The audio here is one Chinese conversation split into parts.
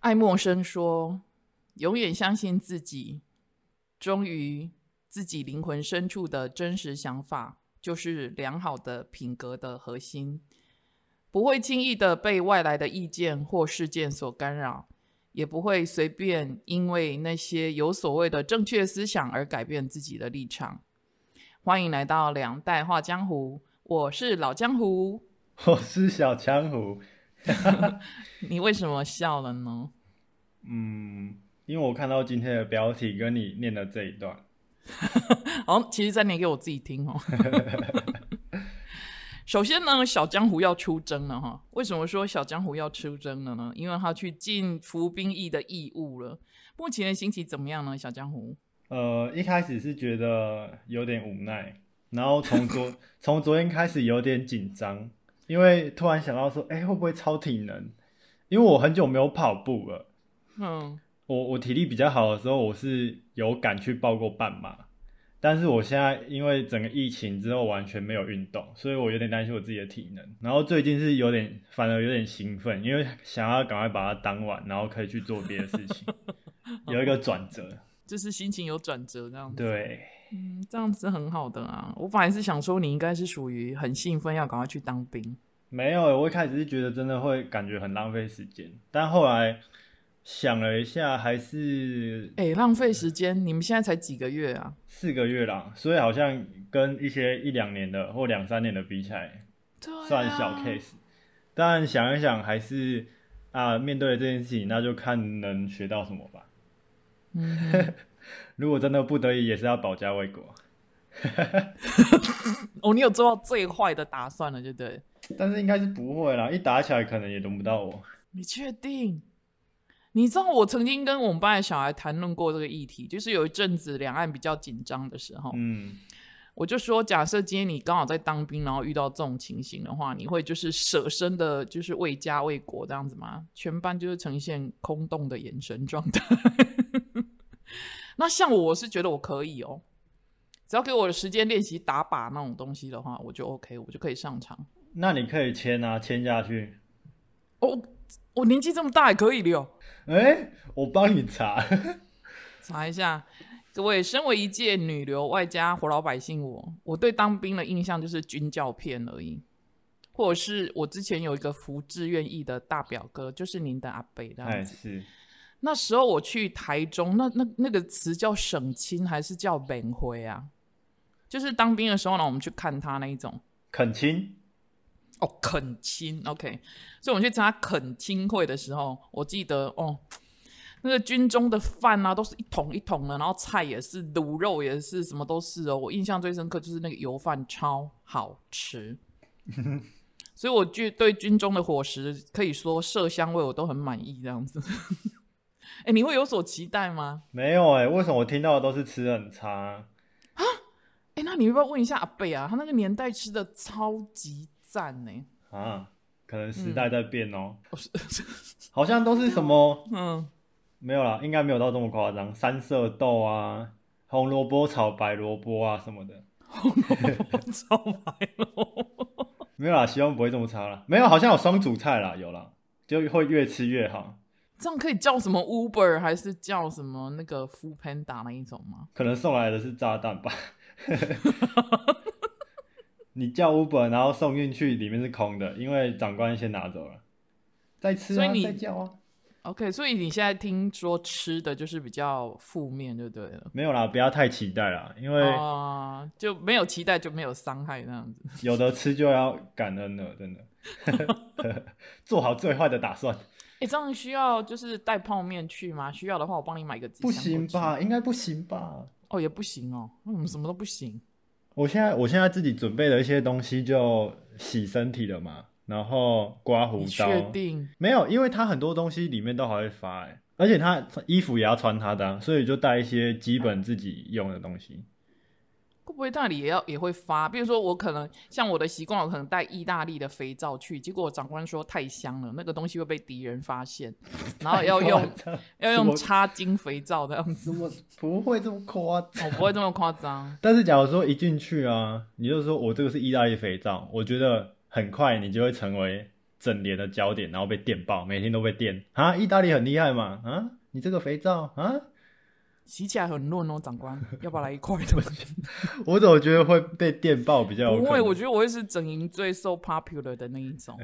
爱默生说：“永远相信自己，忠于自己灵魂深处的真实想法，就是良好的品格的核心。不会轻易的被外来的意见或事件所干扰，也不会随便因为那些有所谓的正确思想而改变自己的立场。”欢迎来到两代话江湖，我是老江湖。 我是小强虎，你为什么笑了呢？嗯，因为我看到今天的标题跟你念的这一段，哦，其实在念给我自己听 哦。首先呢，小江湖要出征了哈。为什么说小江湖要出征了呢？因为他去尽服兵役的义务了。目前的心情怎么样呢？小江湖，呃，一开始是觉得有点无奈，然后从昨从昨天开始有点紧张，因为突然想到说，哎、会不会超体能？因为我很久没有跑步了，嗯，我我体力比较好的时候，我是有敢去报过半马，但是我现在因为整个疫情之后完全没有运动，所以我有点担心我自己的体能。然后最近是有点，反而有点兴奋，因为想要赶快把它当完，然后可以去做别的事情，有一个转折。就是心情有转折这样子。对，嗯，这样子很好的啊。我本来是想说你应该是属于很兴奋，要赶快去当兵。没有，欸我一开始是觉得真的会感觉很浪费时间，但后来想了一下，还是哎、浪费时间，你们现在才几个月啊？四个月啦，所以好像跟一些一两年的或两三年的比起来，对啊算小 case，、但想一想还是啊，面对这件事情，那就看能学到什么吧。嗯 如果真的不得已，也是要保家卫国。哦，你有做到最坏的打算了，对不对？但是应该是不会啦，一打起来可能也轮不到我。你确定？你知道我曾经跟我们班的小孩谈论过这个议题，就是有一阵子两岸比较紧张的时候，嗯，我就说，假设今天你刚好在当兵，然后遇到这种情形的话，你会就是舍身的，就是为家为国这样子吗？全班就是呈现空洞的眼神状态。 那像我，我是觉得我可以哦，只要给我的时间练习打靶那种东西的话，我就 OK，我就可以上场。那你可以签啊，签下去。哦，我年纪这么大也可以了哦。哎、我帮你查。查一下，各位，身为一介女流外加活老百姓我，我对当兵的印象就是军教片而已，或者是我之前有一个服志愿役的大表哥，就是您的阿北这哎，样子。是那时候我去台中，那那那个词叫省亲还是叫本回啊？就是当兵的时候呢，我们去看他那一种。恳亲。哦，恳亲，OK。所以我们去参加恳亲会的时候，我记得哦，那个军中的饭啊，都是一桶一桶的，然后菜也是，卤肉也是，什么都是哦。我印象最深刻就是那个油饭超好吃，所以我就对军中的伙食可以说色香味我都很满意这样子。哎、你会有所期待吗？没有哎、为什么我听到的都是吃很差？啊哎、那你要不要问一下阿贝啊？他那个年代吃的超级赞呢、 啊，可能时代在变哦、哦是好像都是什么嗯。没有啦，应该没有到这么夸张。三色豆啊，红萝卜炒白萝卜啊什么的，超白喽。没有啦，希望不会这么差啦。没有，好像有双主菜啦，有啦，就会越吃越好。这样可以叫什么 Uber 还是叫什么那个 Food Panda 那一种吗？可能送来的是炸 弹吧。你叫 Uber，然后送进去，里面是空的，因为长官先拿走了。再吃所以啊，你再叫啊。 OK，所以你现在听说吃的就是比较负面就对了没有啦，不要太期待啦，因为啊、就没有期待就没有伤害那样子。 有的吃就要感恩了，真的。 做好最坏的打算，哎、这样需要就是带泡面去吗？需要的话，我帮你买个几箱不行过去？吧？应该不行吧？哦，也不行哦，为什么什么都不行？我现在我现在自己准备了一些东西，就洗身体了嘛，然后刮胡你刀，确定？没有，因为它很多东西里面都还会发、欸，而且它衣服也要穿它的啊、所以就带一些基本自己用的东西。会不会那里也要也会发？比如说我可能像我的习惯，我可能带意大利的肥皂去，结果我长官说太香了，那个东西会被敌人发现，然后要 用要用什擦精肥皂这样子。么？不会这么夸张。。哦我不会这么夸张但是假如说一进去啊，你就说我这个是意大利肥皂，我觉得很快你就会成为整脸的焦点，然后被电爆，每天都被电啊！意大利很厉害嘛啊！你这个肥皂啊，洗起来很嫩哦，长 官，要不要来一块的？我怎么觉得会被电爆比较有不可会，能？我觉得我会是整营最受 popular 的那一种。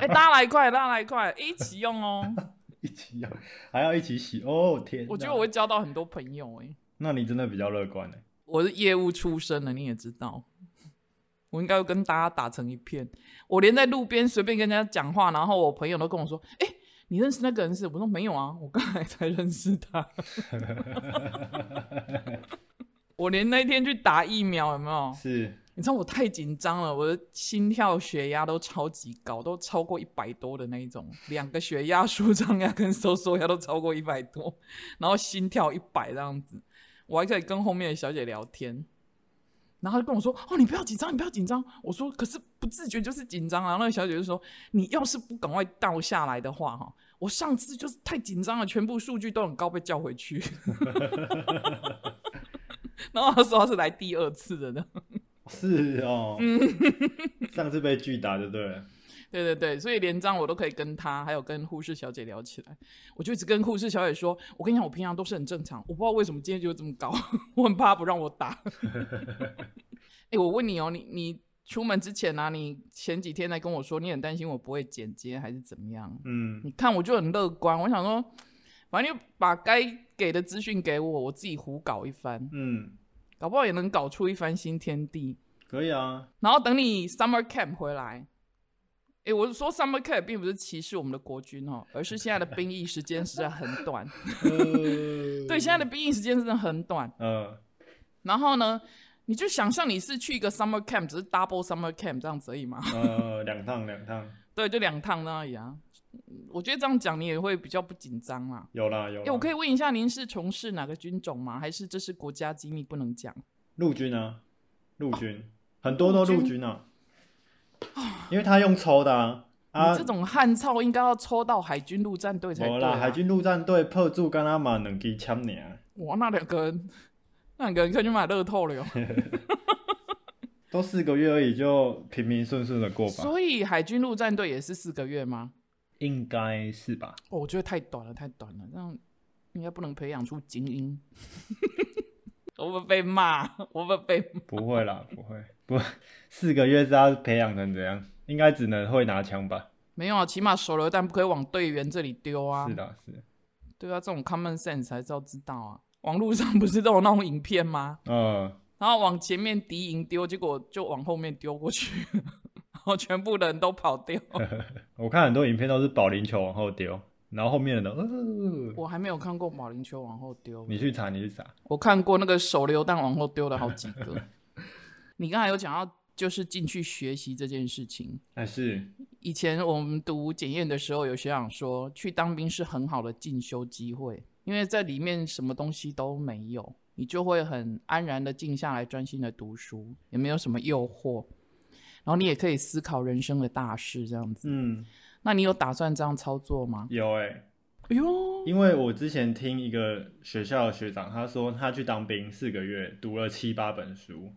哎、大家来一块，大家来一块，一起用哦。 一起要还要一起洗哦！天哪，我觉得我会交到很多朋友哎、那你真的比较乐观哎。我是业务出身的，你也知道，我应该会跟大家打成一片。我连在路边随便跟人家讲话，然后我朋友都跟我说：“哎、你认识那个人是？”我说：“没有啊，我刚才才认识他。”我连那天去打疫苗有没有？是你知道我太紧张了，我的心跳、血压都超级高，都超过一百多的那一种，两个血压、 舒张压跟收缩压都超过一百多，然后心跳一百这样子，我还可以跟后面的小姐聊天，然后她就跟我说：“哦，你不要紧张，你不要紧张。”我说：“可是不自觉就是紧张啊。”然后那个小姐就说：“你要是不赶快倒下来的话，哈，我上次就是太紧张了，全部数据都很高，被叫回去。”然后她说她是来第二次的呢。是哦，嗯上次被巨打就对了。对对对，所以连章我都可以跟他，还有跟护士小姐聊起来。我就一直跟护士小姐说，我跟你讲，我平常都是很正常，我不知道为什么今天就这么高， 我很怕不让我打。 哎、我问你哦，你你出门之前啊，你前几天才跟我说你很担心我不会剪接还是怎么样？嗯，你看我就很乐观，我想说，反正就把该给的资讯给我，我自己胡搞一番，嗯，搞不好也能搞出一番新天地。可以啊，然后等你 summer camp 回来，诶，我是说 summer camp 并不是歧视我们的国军哦，而是现在的兵役时间实在很 短。呃对，现在的兵役时间真的很短。呃，然后呢，你就想象你是去一个 summer camp，只是 double summer camp 这样子而已嘛。 呃，两趟两趟，对，就两趟那而已啊。我觉得这样讲你也会比较不紧张啦。有啦有啦。诶，我可以问一下，您是从事哪个军种吗？还是这是国家机密不能讲？陆军啊，陆军、很多都哦陆陆军军啊，因为他用抽的啊啊哦你这，种悍操应该要抽到海军陆战队才没对、啦，啊。海军陆战队破住跟他嘛两支枪尔，哇，那两个人，那两个人可以去买乐透了哟。都四个月而已，就平平顺顺的过吧，所以海军陆战队也是四个月吗？应该 是吧？哦，我觉得太短了，太短了，这样应该不能培养出精英。 我会被骂，我会被骂不会啦，不会，不，四个月是他培养成怎样？应该只能会拿枪吧？没有啊，起码手榴弹不可以往队员这里丢啊是。的，是的，对啊，这种 common sense 还是要知道啊。网络上不是都有那种影片吗？ 呃，然后往前面敌营丢，结果就往后面丢过去，然后全部人都跑掉。我看很多影片都是保龄球往后丢，然后后面的人都呃， 我还没有看过保龄球往后丢。你去查，你去查，我看过那个手榴弹往后丢了好几个。 你刚才有讲到，就是进去学习这件事情。还哎是以前我们读检验的时候，有学长说，去当兵是很好的进修机会，因为在里面什么东西都没有，你就会很安然的静下来，专心的读书，也没有什么诱惑，然后你也可以思考人生的大事这样子。嗯，那你有打算这样操作吗？有哎、哎呦，因为我之前听一个学校的学长，他说他去当兵四个月，读了七八本书。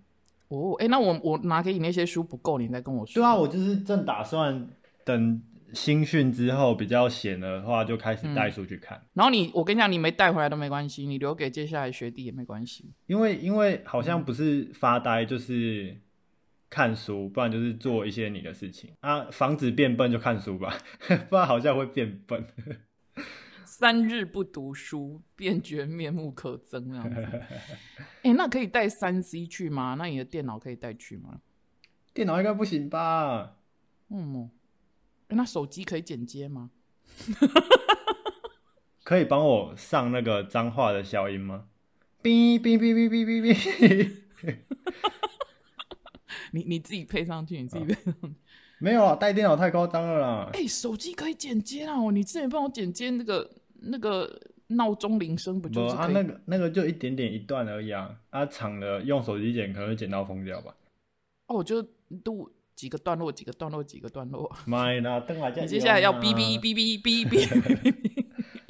哦，哎，那我我拿给你那些书不够，你再跟我说。对啊，我就是正打算等新训之后比较闲的话，就开始带书去看。然后你，我跟你讲，你没带回来都没关系，你留给接下来学弟也没关系。因为因为好像不是发呆就是看书，不然就是做一些你的事情啊。防止变笨就看书吧， 不然好像会变笨。三日不读书，便觉面目可憎那样 子。哎、那可以带三 C 去吗？那你的电脑可以带去吗？电脑应该不行吧？嗯哦、诶那手机可以剪接吗？可以帮我上那个脏话的消音吗？哔哔哔哔哔哔哔。你你自己配上去，你自己配上去。没有啊，带电脑太夸张了啦。哎、手机可以剪接啊！哦，你之前帮我剪接那个那个闹钟铃声，不不就是啊，可以？那个那个就一点点一段而已啊，啊长了用手机剪可能会剪到疯 掉吧。哦，我就录几个段落，几个段落，几个段落。妈啦，邓来家，你接下来啊要哔哔，哔哔哔哔哔。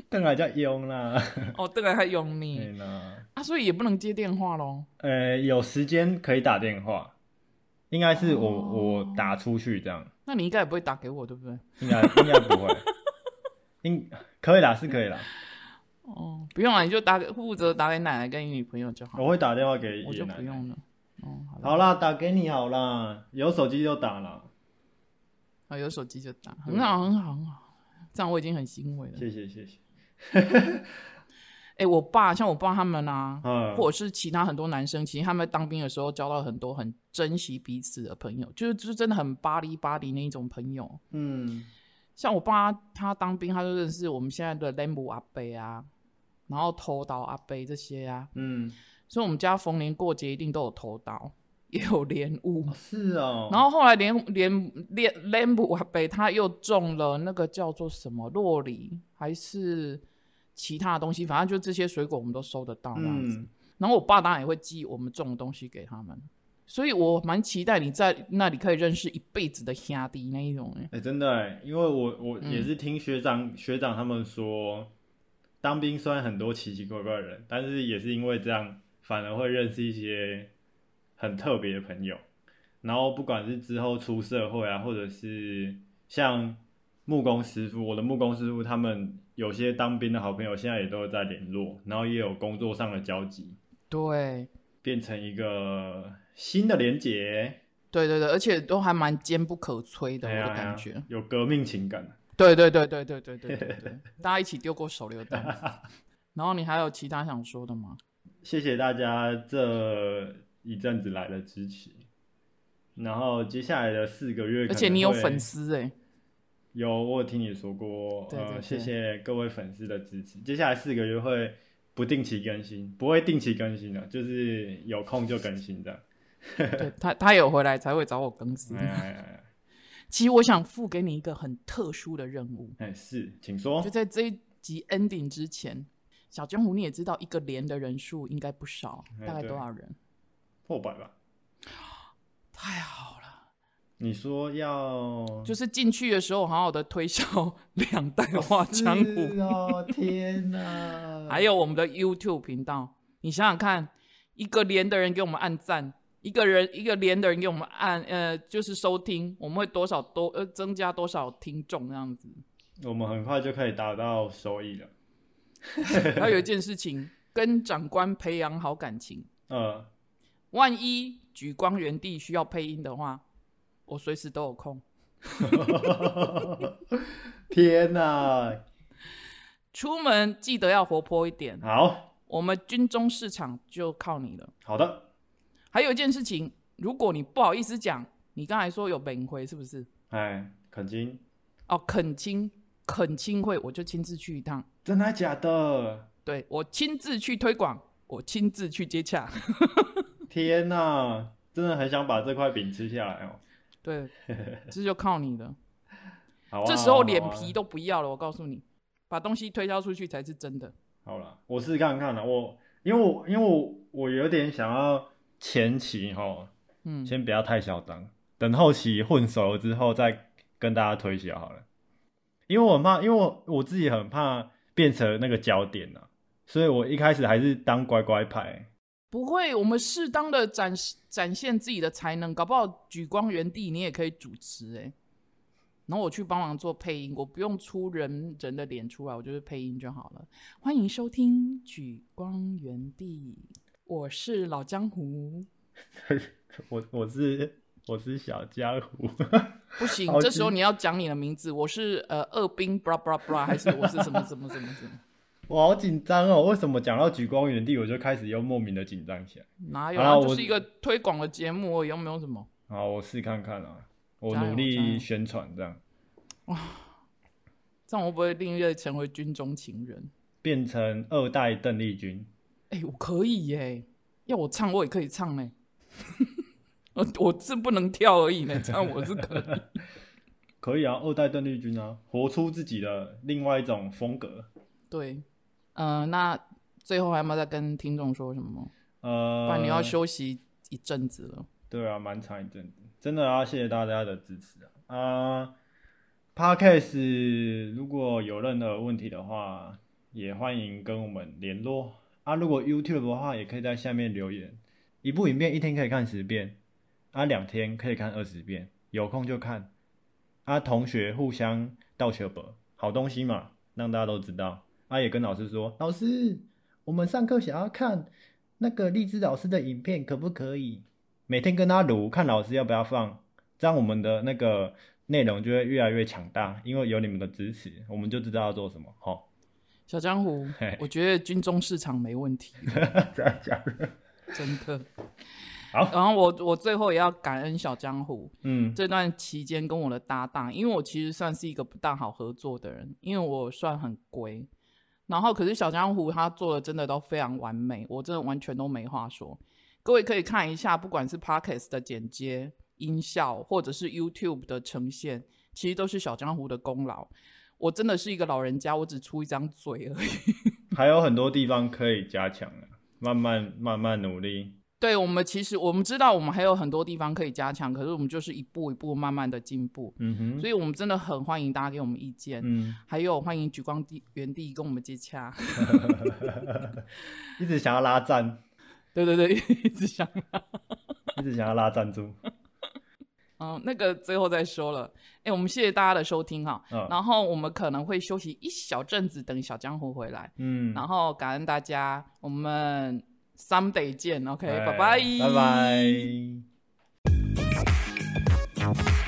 邓来家用啦，哎哦，这个还用你。 对啦，啊，所以也不能接电话喽。呃，有时间可以打电话，应该是我、哦我打出去这样，那你应该也不会打给我，对不对？应该应该 不会，应可以啦，是可以啦，哦，不用了，你就打给负责打给奶奶跟你女朋友就好，我会打电话给我哦就爷爷奶不奶。用了。哦，好了，好啦，打给你好啦，有手机就打啦，啊，有手机就打，对很好，很好，很好。这样我已经很欣慰了。谢谢谢谢。哎、我爸像我爸他们啊，嗯，或者是其他很多男生，其实他们在当兵的时候交到很多很珍惜彼此的朋友，就是就是真的很巴黎巴黎那一种朋友。嗯，像我爸他当兵，他就认识我们现在的 l 姆阿贝啊，然后头岛阿贝这些啊，嗯，所以我们家逢年过节一定都有头岛，也有莲雾。哦是哦。然后后来连连连连姆阿贝啊他又中了那个叫做什么洛梨还是其他的东西，反正就这些水果我们都收得到这样子。嗯，然后我爸当然也会寄我们种的东西给他们，所以我蛮期待你在那里可以认识一辈子的兄弟那一种欸。哎、真的哎，因为我我嗯也是听学长、学长他们说，当兵虽然很多奇奇怪怪的人，但是也是因为这样，反而会认识一些很特别的朋友。然后不管是之后出社会啊，或者是像木工师傅，我的木工师傅他们有些当兵的好朋友，现在也都有在联络，然后也有工作上的交集，对，变成一个新的连结。对对对，而且都还蛮坚不可摧的，哎呀我的感哎呀觉。有革命情感。啊对对对对对对对对 对，大家一起丢过手榴弹。然后你还有其他想说的吗？谢谢大家这一阵子来的支持。然后接下来的四个月，而且你有粉，丝哎、有我有听你说过，对对对呃，谢谢各位粉丝的支持。接下来四个月会不定期更新，不会定期更新的，就是有空就更新的。对他他有回来才会找我更新哎。哎其实我想付给你一个很特殊的任务，哎哎，是，请说就。在这一集 ending 之前，小江湖你也知道，一个连的人数应该不少，哎大概对多少人？破百吧？太好了，你说要就是进去的时候好好的推销两代画江湖，是哦，天 哪！还有我们的 YouTube 频道。你想想看，一个连的人给我们按赞，一个人一个连的人给我们按呃，就是收听，我们会多少多呃增加多少听众这样子。我们很快就可以达到收益了。还有一件事情，跟长官培养好感情。呃，万一举光原地需要配音的话，我随时都有空。天哪！出门记得要活泼一点，好我们军中市场就靠你了。好的，还有一件事情，如果你不好意思讲，你刚才说有本会是不是？哎，肯金，哦，恳亲恳亲会，我就亲自去一趟，真的假的？对我亲自去推广，我亲自去接洽。天哪，真的很想把这块饼吃下来哦。对，这就靠你了。好啊，这时候脸好啊皮都不要了，我告诉你，把东西推销出去才是真的。好了，我试看看了。我因为我因为我我有点想要前期哈，嗯，先不要太嚣张，等后期混熟了之后再跟大家推销好了。因为我很怕，因为我我自己很怕变成那个焦点啊，所以我一开始还是当乖乖牌。 不会，我们适当的展示展现自己的才能，搞不好举光原地你也可以主持哎、然后我去帮忙做配音，我不用出人人的脸出来，我就是配音就好了。欢迎收听《举光原地》，我是老江湖。我我是我是小家伙，不行好，这时候奇你要讲你的名字，我是呃二兵，blah blah blah，还是我是什么什么什么什么？我好紧张哦！为什么讲到举光原地，我就开始又莫名的紧张起来？哪有、好啦啊？我就是一个推广的节目而已，又没有什么。好，我试看看啊，我加油努加油力宣传，这样这样我会不会另类成为军中情人？变成二代邓丽君。哎、我可以耶、要我唱我也可以唱呢、 我我是不能跳而已呢、这样我是可以。 可以啊，二代邓丽君啊，活出自己的另外一种风格。对，呃，那最后还有没有再跟听众说什么？不呃，然你要休息一阵子了。对啊，蛮长一阵子，真的啊，谢谢大家的支持啊。啊 p o d c a s t 如果有任何问题的话，也欢迎跟我们联络啊。如果 YouTube 的话，也可以在下面留言。一部影片一天可以看十遍，啊，两天可以看二十遍，有空就看。啊，同学互相道歉吧，好东西嘛，让大家都知道。啊，也跟老师说，老师，我们上课想要看那个荔枝老师的影片，可不可以？每天跟他撸，看老师要不要放，这样我们的那个内容就会越来越强大，因为有你们的支持，我们就知道要做什么。好、小江湖嘿，我觉得军中市场没问题， 这样讲，真的。好然后我我最后也要感恩小江湖嗯这段期间跟我的搭档，因为我其实算是一个不大好合作的人，因为我算很龟。然后可是小江湖他做的真的都非常完美，我真的完全都没话说。各位可以看一下，不管是 Podcast 的剪接、音效，或者是 YouTube 的呈现，其实都是小江湖的功劳。我真的是一个老人家，我只出一张嘴而已。还有很多地方可以加强啊，慢慢慢慢努力。对我们其实我们知道我们还有很多地方可以加强，可是我们就是一步一步慢慢的进步，嗯哼，所以我们真的很欢迎大家给我们意见，嗯，还有欢迎举光地原地跟我们接洽。一直想要拉赞， 对对 对，一直想，一直想要拉赞助。嗯，那个最后再说了。哎，我们谢谢大家的收听哈、嗯然后我们可能会休息一小阵子，等小江湖回来，嗯，然后感恩大家，我们 someday 哎见，OK，哎拜拜，拜拜。